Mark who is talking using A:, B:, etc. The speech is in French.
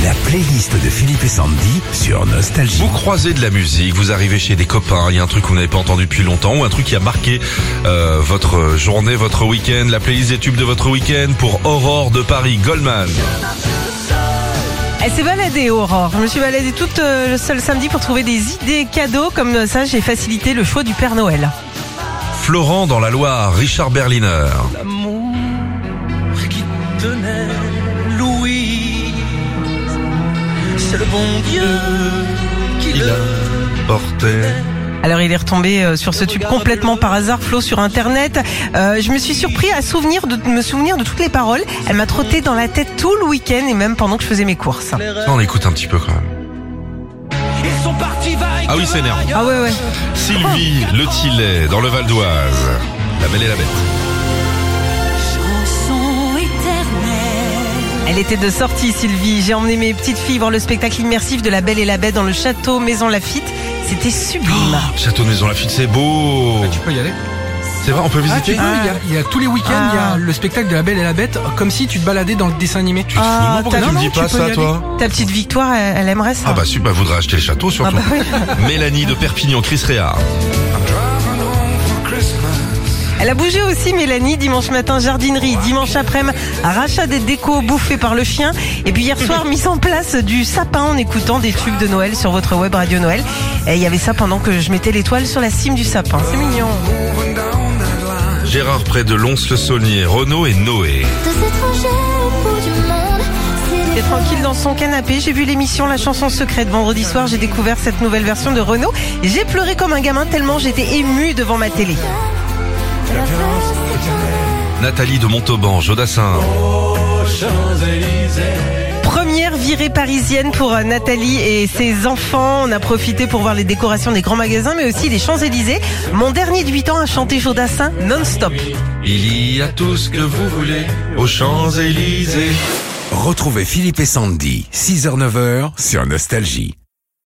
A: La playlist de Philippe et Sandy sur Nostalgie.
B: Vous croisez de la musique, vous arrivez chez des copains, il y a un truc que vous n'avez pas entendu depuis longtemps ou un truc qui a marqué euh, votre journée, votre week-end, la playlist des tubes de votre week-end pour Aurore de Paris, Goldman.
C: Elle s'est baladée, Aurore. Je me suis baladée toute euh, seule samedi pour trouver des idées cadeaux. Comme ça, j'ai facilité le choix du Père Noël.
B: Florent dans la Loire, Richard Berliner.
C: L'amour
D: qui tenait Louis. C'est le bon Dieu qui
B: Il
D: le
B: a porté.
C: Alors, il est retombé euh, sur ce tube complètement par hasard, Flo, sur Internet. Euh, je me suis surpris à souvenir de, me souvenir de toutes les paroles. Elle m'a trotté dans la tête tout le week-end et même pendant que je faisais mes courses.
B: Ça, on écoute un petit peu quand même.
D: Ils sont partis vaille
B: Ah oui,
D: que
B: c'est énervant.
D: vaille.
C: Ah ouais, ouais.
B: Sylvie Le Tillet dans le Val d'Oise. La Belle et la Bête.
E: Chanson éternelle,
C: Elle était de sortie, Sylvie. J'ai emmené mes petites filles voir le spectacle immersif de La Belle et la Bête dans le château Maison Lafitte. C'était sublime.
B: Château de Maison Lafitte, c'est beau.
F: Ah, Tu peux y aller.
B: C'est vrai, on peut
F: Ah, tu
B: visiter.
F: peux, il y a- il y, a tous les week-ends, il y
C: Ah.
F: a le spectacle de la Belle et la Bête, comme si tu te baladais dans le dessin animé.
B: Tu te fous de moi, pourquoi
C: Ah,
B: tu me
C: non,
B: dis
F: tu
B: pas
F: peux
B: ça,
F: y aller.
B: toi
C: Ta petite victoire, elle, elle aimerait ça.
B: Ah bah super, voudrait acheter le château surtout.
C: Ah bah oui.
B: Mélanie de Perpignan, Chris Réard.
C: Elle a bougé aussi, Mélanie, dimanche matin, jardinerie, dimanche après-midi, rachat des décos bouffés par le chien, et puis hier soir, mise en place du sapin en écoutant des tubes de Noël sur votre web radio Noël. Et il y avait ça pendant que je mettais l'étoile sur la cime du sapin. C'est mignon.
B: Gérard près de Lons-le-Saulnier, Renaud et Noé.
E: de s'étranger au bout du monde, c'est
C: Et tranquille dans son canapé, j'ai vu l'émission La chanson secrète. Vendredi soir, j'ai découvert cette nouvelle version de Renault. J'ai pleuré comme un gamin tellement j'étais ému devant ma télé.
E: la violence
B: Nathalie de Montauban, Jodassin.
C: Première virée parisienne pour euh, Nathalie et ses enfants. On a profité pour voir les décorations des grands magasins, mais aussi des Champs-Élysées. Mon dernier de 8 ans a chanté Jodassin non-stop.
B: Il y a tout ce que vous voulez aux Champs-Élysées.
A: Retrouvez Philippe et Sandy, 6h-9h sur Nostalgie.